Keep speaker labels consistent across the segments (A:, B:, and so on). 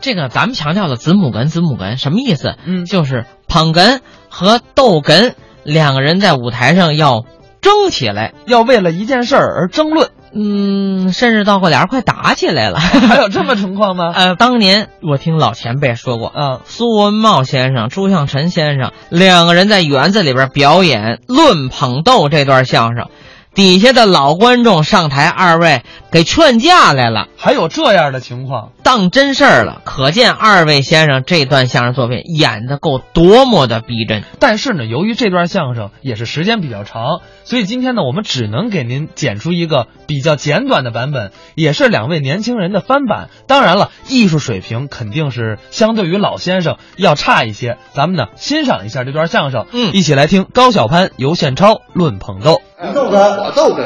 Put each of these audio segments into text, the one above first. A: 这个咱们强调了子母哏，子母哏什么意思？
B: 嗯
A: 就是捧哏和逗哏两个人在舞台上要争起来，
B: 要为了一件事儿而争论，
A: 嗯，甚至到过俩人快打起来了。
B: 还有这么情况吗？
A: 呃，当年我听老前辈说过，呃
B: 嗯，
A: 苏文茂先生、朱向臣先生两个人在园子里边表演论捧逗这段相声，底下的老观众上台，二位给劝架来了。
B: 还有这样的情况，
A: 当真事儿了，可见二位先生这段相声作品演的够多么的逼真。
B: 但是呢，由于这段相声也是时间比较长，所以今天呢，我们只能给您剪出一个比较简短的版本，也是两位年轻人的翻版。当然了，艺术水平肯定是相对于老先生要差一些。咱们呢，欣赏一下这段相声，
A: 嗯
B: 一起来听高小攀、尤宪超论捧逗。
C: 你逗哏
D: 我逗哏，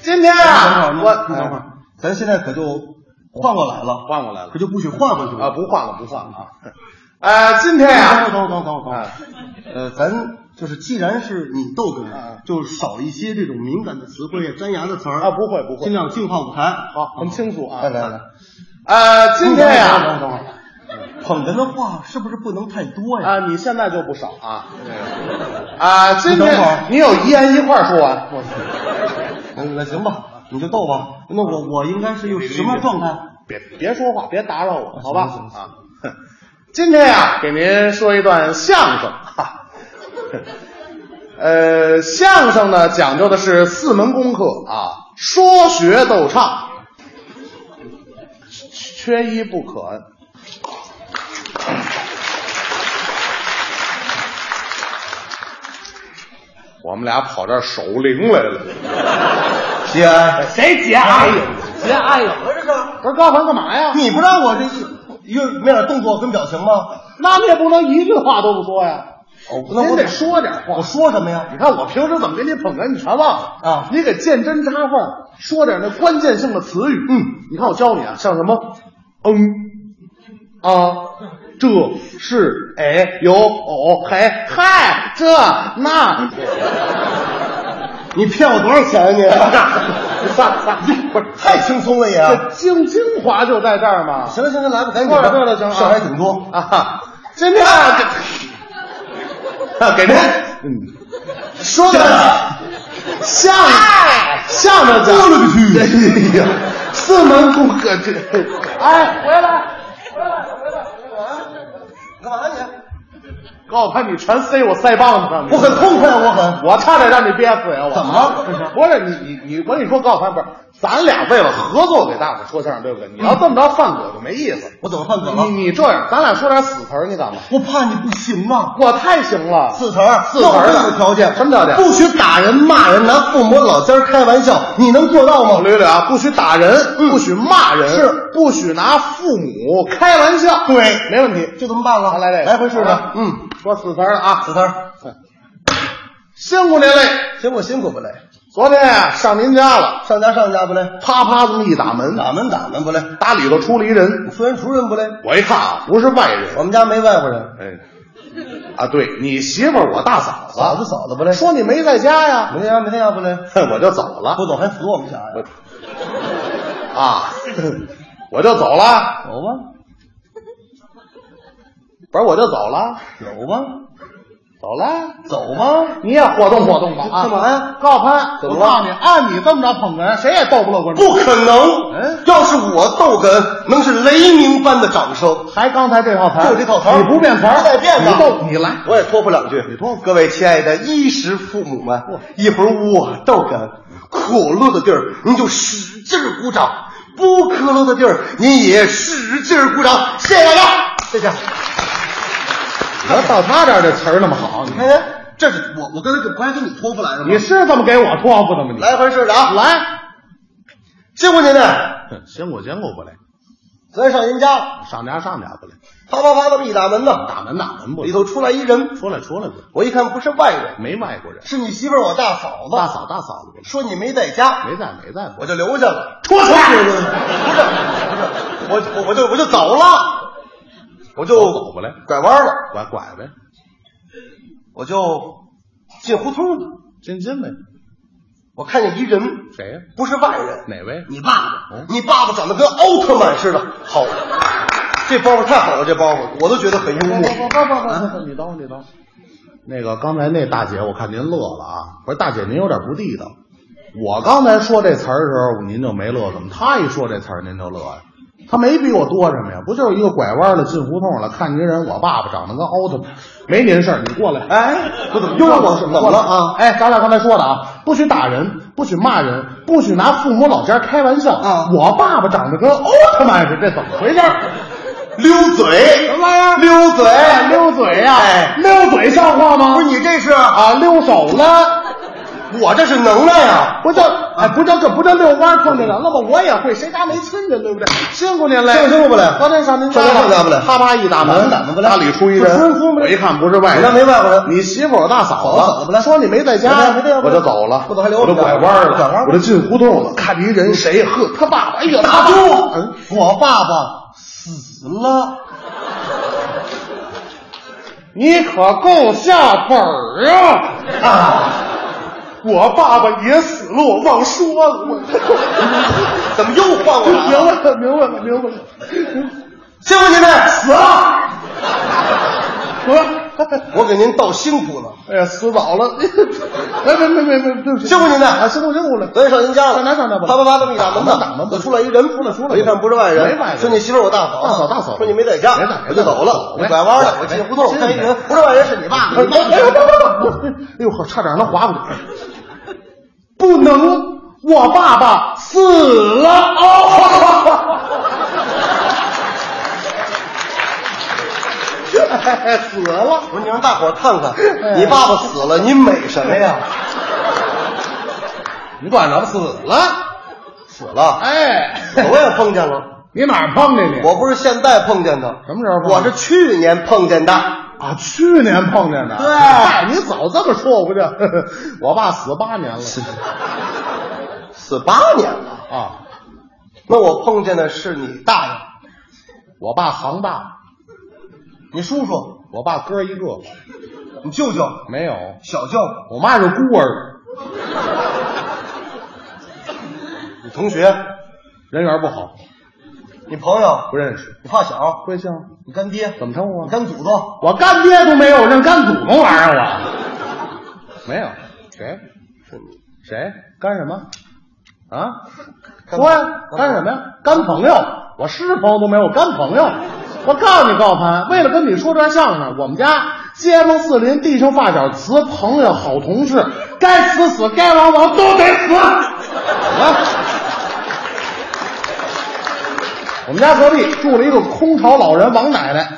C: 今天啊，
D: 等会
C: 我
D: 儿等会儿
C: 哎咱现在可就换过来了，
D: 换过来了
C: 可就不许换回去了
D: 啊，不换了，不换了啊。
C: 呃，今天
D: 呀
C: 啊，等会儿等会儿等会儿
D: 啊
C: 等会儿，呃，咱就是既然是你逗哏
D: 啊，
C: 就少一些这种敏感的词汇、粘牙的词儿
D: 啊不会不会
C: 尽量净化舞台。
D: 好很清楚啊
C: 来来来，
D: 呃，今天
C: 等会儿
D: 呀，
C: 等会儿等会儿捧哏的话是不是不能太多呀？
D: 啊，你现在就不少啊，啊，今
C: 你等会儿
D: 天你有一言一块儿说完，我
C: 嗯，那行吧，你就逗吧。那
D: 嗯
C: 我我应该是用什么状态？
D: 别别说话，别打扰我，好吧
C: 行行？行
D: 啊， 今天呀，给您说一段相声。 哈呃，相声呢讲究的是四门功课啊，说学逗唱，缺一不可。我们俩跑这儿守灵来 了，
C: 姐，
D: 谁节哀呀？
C: 姐，哎呦，我这个。
D: 不是高鹏干嘛呀？
C: 你不让我这一用面动作跟表情吗？
D: 那你也不能一句话都不说呀。
C: 哦
D: 您得说点话
C: 我说什么呀？
D: 你看我平时怎么给你捧哏，你全忘了
C: 啊
D: 你给见真插话，说点那关键性的词语。嗯，你看我教你啊，像什么，嗯，啊，这是哎有哦还嗨这那，
C: 你骗我多少钱啊
D: 这不是
C: 你？太轻松了也。啊
D: 这精精华就在这儿嘛。
C: 行了行了，来吧，赶紧
D: 对
C: 吧。
D: 了对了，行啊，
C: 事儿还挺多。
D: 啊。今天 啊，给啊给您，嗯，说的相声
C: 哎
D: 相声讲，
C: 了个去
D: 哎呀，四门功课这，哎，回来，啊
C: 干嘛你？
D: 高攀，你全塞我腮帮子上，
C: 我很痛快，我很。
D: 我差点让你憋死呀！我
C: 怎么了
D: 不是你你你，我跟你说，高攀不是，咱俩为了合作给大伙说相声，对不对？你要这么着犯葛就没意思。
C: 嗯我怎么犯嘴了
D: 你？你这样，咱俩说点死词儿，你敢吗？
C: 我怕你不行啊。
D: 我太行了，
C: 四词儿，
D: 四词儿啊
C: 这个条件，
D: 什么条件？
C: 不许打人、骂人、拿父母老家儿开玩笑，你能做到
D: 我
C: 吗？
D: 捋捋啊，不许打人，不许骂人，
C: 嗯是
D: 不许拿父母开玩笑。
C: 对
D: 没问题。
C: 就这么办了，
D: 来这个
C: 来回试试
D: 啊。
C: 嗯，
D: 说死词儿了啊，
C: 四词儿，
D: 辛苦您嘞。
C: 辛苦辛苦不累，
D: 昨天啊上您家了，
C: 上家上家不累，
D: 啪啪这么一打门，
C: 打门打门不累，
D: 打里头出了一人，
C: 妇人厨人不累，
D: 我一看啊不是外人，
C: 我们家没外国人，
D: 哎，啊对你媳妇儿我大嫂子，
C: 嫂子嫂子不累，
D: 说你没在家呀，
C: 没在家没在家不累，
D: 哼 我就走了
C: 不走还死我们家呀？
D: 啊， 我就走了，
C: 有吗？
D: 不是我就走了，
C: 有吗？
D: 走了。
C: 走吗？
D: 你也活动活动吧啊！
C: 干嘛呀？
D: 高攀，
C: 怎么
D: 我
C: 了
D: 告诉你，按你这么着捧哏，谁也逗不乐观众。
C: 不可能！
D: 嗯
C: 要是我逗哏，能是雷鸣般的掌声。
D: 还刚才这套词儿，
C: 就这套词儿
D: 你不变词儿，
C: 不带变的
D: 你逗你来，
C: 我也托付两句。你托各位亲爱的衣食父母们，一会儿我逗哏，可乐的地儿您就使劲儿鼓掌，不可乐的地儿您也使劲儿鼓掌。谢谢大家，再见。
D: 你要到他这儿这词儿那么好，你
C: 哎呀，这是我我刚才这不还跟你托付来着吗？
D: 你是这么给我托付的吗？你
C: 来回试着啊，
D: 来，
C: 辛苦您了，
D: 行我行我不来，
C: 咱上您家了，
D: 上家上家不来，
C: 啪啪啪这么一打门呢，
D: 打门打门不
C: 里
D: 来，
C: 头出来一人，
D: 出来出来不，
C: 我一看不是外人，
D: 没外国人，
C: 是你媳妇儿我大嫂子，
D: 大嫂大嫂子不来，
C: 说你没在家，
D: 没在没在不
C: 我
D: 来，
C: 就留下了，
D: 出去
C: 不是不是不是，我我就我就走了，我就
D: 走不来
C: 拐弯了，
D: 拐拐呗，
C: 我就进胡同了，
D: 进进呗，
C: 我看见一人，
D: 谁呀？
C: 不是外人，
D: 哪位？
C: 你爸爸
D: 嗯，
C: 你爸爸长得跟奥特曼似的，好，这包袱太好了，这包袱我都觉得很幽默。
D: 不不不不不，你等会儿，你等会儿。那个刚才那大姐，我看您乐了啊，不是大姐，您有点不地道。我刚才说这词儿的时候，您就没乐，怎么她一说这词儿您就乐呀、她没比我多什么呀，不就是一个拐弯了进胡同了，看您人，我爸爸长得跟奥特曼，没您事儿，你过来。
C: 哎，我怎么又
D: 又
C: 让
D: 让
C: 我
D: 我
C: 怎
D: 怎
C: 么
D: 么了
C: 了啊
D: 啊？？哎，咱俩刚才说的啊，不许打人，不许骂人，不许拿父母老家开玩笑
C: 啊
D: 我爸爸长得跟奥特曼似的，这怎么回事？
C: 溜嘴，
D: 什么玩意儿
C: 溜嘴，
D: 哎，溜嘴呀、
C: 哎
D: 溜嘴像话吗？
C: 不是你这是，
D: 啊，溜手了，
C: 我这是能耐啊！
D: 不叫哎，不叫这不叫遛弯碰见人了吗？我也会，谁家没亲戚，对不对？辛苦您嘞，
C: 辛苦辛苦嘞
D: 刚才上您家
C: 上咱们家不嘞
D: 啪啪一打门，
C: 咱们咱们不嘞
D: 家里出一
C: 不
D: 人
C: 是不是，
D: 我一看不是外
C: 你
D: 人
C: 让，没外国人，
D: 你媳妇儿我大嫂
C: 嫂子
D: 子
C: 不来
D: 说你没在家
C: 啊不对不对，不对
D: 我就走了，
C: 不走还留
D: 我就
C: 着啊
D: 拐弯
C: 拐弯吧
D: 了，我就进胡同了，看一人谁，呵，他爸爸，哎呀，
C: 大舅
D: 舅， 嗯
C: 我爸爸死了。
D: 你可够下本儿啊！
C: 啊，
D: 我爸爸也死了，我忘说 了，我
C: 怎么又换我来
D: 明
C: 了？啊
D: 白了，明白了，明白了，
C: 辛苦您们死了，
D: 得。
C: 我给您道辛苦了，
D: 哎呀，死早了！ 哎，别别别别，对不起，
C: 辛苦您了
D: 啊，辛苦辛苦了。
C: 咱也上您家了。
D: 上哪上哪吧
C: 啪啪啪，这么一打啊门呢，
D: 打门打门
C: 出来一人，出来出来。我一看不是外人，
D: 没外人
C: 说你媳妇儿我大嫂，
D: 大嫂大嫂
C: 说你没在家
D: 别打，
C: 我就走了，我拐弯了，我进胡同，我看一人，不是外人是你爸。
D: 哎呦，别别别！哎 呦呵，差点能划过去。不能，我爸爸死了哦。
C: 哎
D: 死了！
C: 我说你让大伙儿看看，你爸爸死了，你美什么呀？
D: 你管着死了？
C: 死了，
D: 哎，
C: 我也碰见了，
D: 你哪儿碰见你？
C: 我不是现在碰见的，
D: 什么时候碰见
C: 我是去年碰见的。
D: 啊，去年碰见的。
C: 对
D: 嗨，你早这么说，我不就 我爸死八年了
C: 死八年了，
D: 啊！
C: 那我碰见的是你大爷，
D: 我爸行大，
C: 你叔叔，
D: 我爸哥一个，
C: 你舅舅，
D: 没有。
C: 小舅，
D: 我妈是孤儿，
C: 你同学，
D: 人缘不好，
C: 你朋友，
D: 不认识。
C: 你发小，
D: 贵姓？
C: 你干爹，
D: 怎么称呼
C: 你
D: 啊？
C: 干祖宗，
D: 我干爹都没有，我认干祖宗玩意儿我。没有，谁？谁？干什么？啊？
C: 干
D: 说呀，干什么呀？干朋友，我是朋友都没有，干朋友。我告诉你，高攀，为了跟你说段相声，我们家街坊四邻、弟兄发小、词朋友、好同事，该死死，该亡亡，都得死。啊！我们家隔壁住了一个空巢老人王奶奶，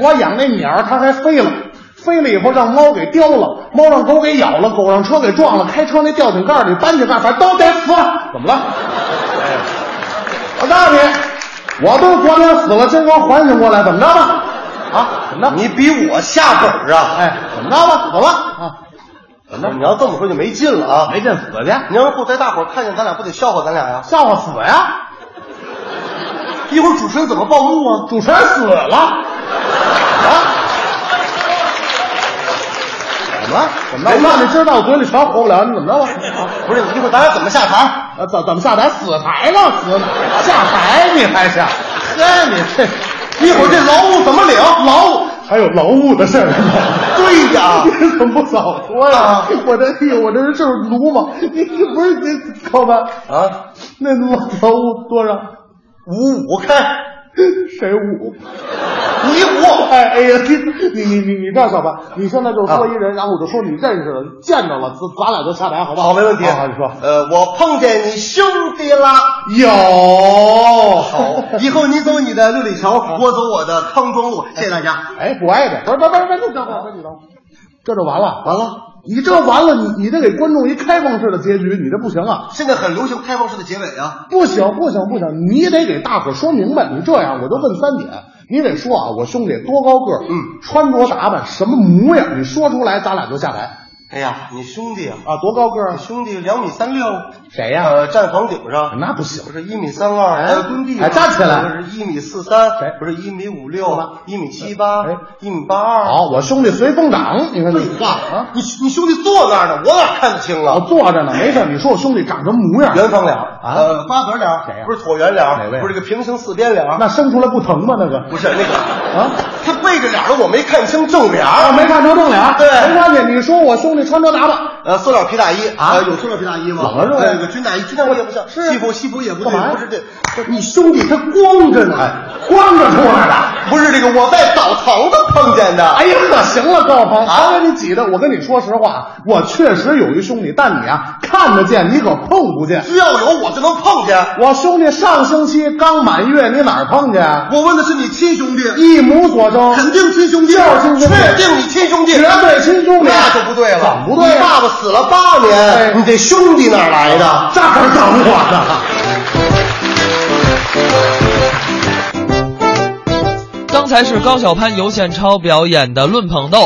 D: 我养那鸟儿，它还飞了，飞了以后让猫给叼了，猫让狗给咬了，狗让车给撞了，开车那吊顶盖里搬去干啥都得死，啊怎么了？我告诉你，我都昨天死了，今儿给我缓醒过来，怎么着吧？啊，怎么着？
C: 你比我下本儿啊！
D: 哎，怎么着吧？走了啊，
C: 怎么着？你要这么说就没劲了啊！
D: 没见死去，
C: 你要让后台大伙儿看见，咱俩不得笑话咱俩呀？
D: 笑话死呀！
C: 一会儿主持人怎么报幕啊？
D: 主持人死了啊！
C: 怎么？
D: 怎么着？我让哎你今儿到我嘴里全活不了，你怎么着吧？啊
C: 不是，一会儿咱俩怎么下台？
D: 啊，怎怎么下台？死台了，死下台你还下？呵，你这
C: 一会儿这劳务怎么领？
D: 劳务还有劳务的事儿呢？
C: 对呀，
D: 你怎么不早说呀
C: 啊？
D: 我这哎呦，我这是就是鲁莽，你你不是你高吧？
C: 啊，
D: 那劳劳务多少？
C: 五五开，
D: 谁五？
C: 你五。
D: 哎哎呀，你你你你你这样小吧，你现在就
C: 啊
D: 说一人，然后我就说你认识了，见着了，咱咱俩就下台，好不好？
C: 好，没问题。
D: 好，你说
C: 呃，我碰见你兄弟啦。
D: 有
C: 好，以后你走你的六里桥，我走我的康庄路。谢谢大家。
D: 哎，不挨着，不是，不是，不是，不是，等会儿，你等会儿，这就完了，
C: 完了，
D: 你这完了，你你这给观众一开放式的结局，你这不行啊，
C: 现在很流行开放式的结尾啊。
D: 不行，不行，不行，你得给大伙儿说明白，你这样我就问三点，你得说啊，我兄弟多高个儿，
C: 嗯，
D: 穿着打扮什么模样，你说出来，咱俩就下台。
C: 哎呀，你兄弟啊，
D: 啊，多高个
C: 你
D: 儿？
C: 兄弟两米三六，
D: 谁
C: 呃，站房顶上，
D: 那不
C: 不
D: 行，
C: 是一米三二，还要蹲地上
D: 哎站起来
C: 不是一米四三，
D: 谁
C: 不是一米五六，一米七八
D: 哎，
C: 一米八二。
D: 好，我兄弟随风挡，你看这
C: 啊废话
D: 啊，
C: 你你兄弟坐那儿呢，我哪看得清啊
D: 我
C: 了？
D: 坐着呢，没事儿。你说我兄弟长什么模样？
C: 圆方脸
D: 啊
C: 呃，八格脸，
D: 谁呀
C: 不是椭圆脸，
D: 哪位
C: 不是这个平行四边脸，
D: 那生出来不疼吗？那个
C: 不是那个，
D: 啊，
C: 他背着脸儿，我没看清正脸儿，
D: 啊，没看成正脸，
C: 对
D: 没关系。你说我兄弟穿着打扮，
C: 呃，塑料皮大衣
D: 啊
C: 呃有塑料皮大衣吗？
D: 怎么了这
C: 那个军大衣，军大衣也不像，
D: 是啊
C: 西服西服也不
D: 干嘛
C: 对，
D: 呀
C: 不是这，不是你兄弟他光着呢，
D: 光着出来的。
C: 不是这个，我在澡堂子碰见的。
D: 啊哎呀，可行了，高鹏，
C: 啊
D: 刚给你挤的。我跟你说实话，我确实有一兄弟，但你啊看得见，你可碰不见。
C: 只要有我就能碰见。
D: 我兄弟上星期刚满月，你哪儿碰见？啊
C: 我问的是你亲兄弟，
D: 一母所生，
C: 肯定亲兄弟，啊
D: 就是亲兄弟
C: 确定你亲兄弟，
D: 绝对亲兄弟，
C: 那就不对了，啊
D: 怎么不对
C: 你
D: 呀？
C: 爸爸死了八
D: 哎
C: 年，你这兄弟哪儿来的？
D: 这可等我呢。
B: 刚才是高晓攀、尤宪超表演的《论捧逗》，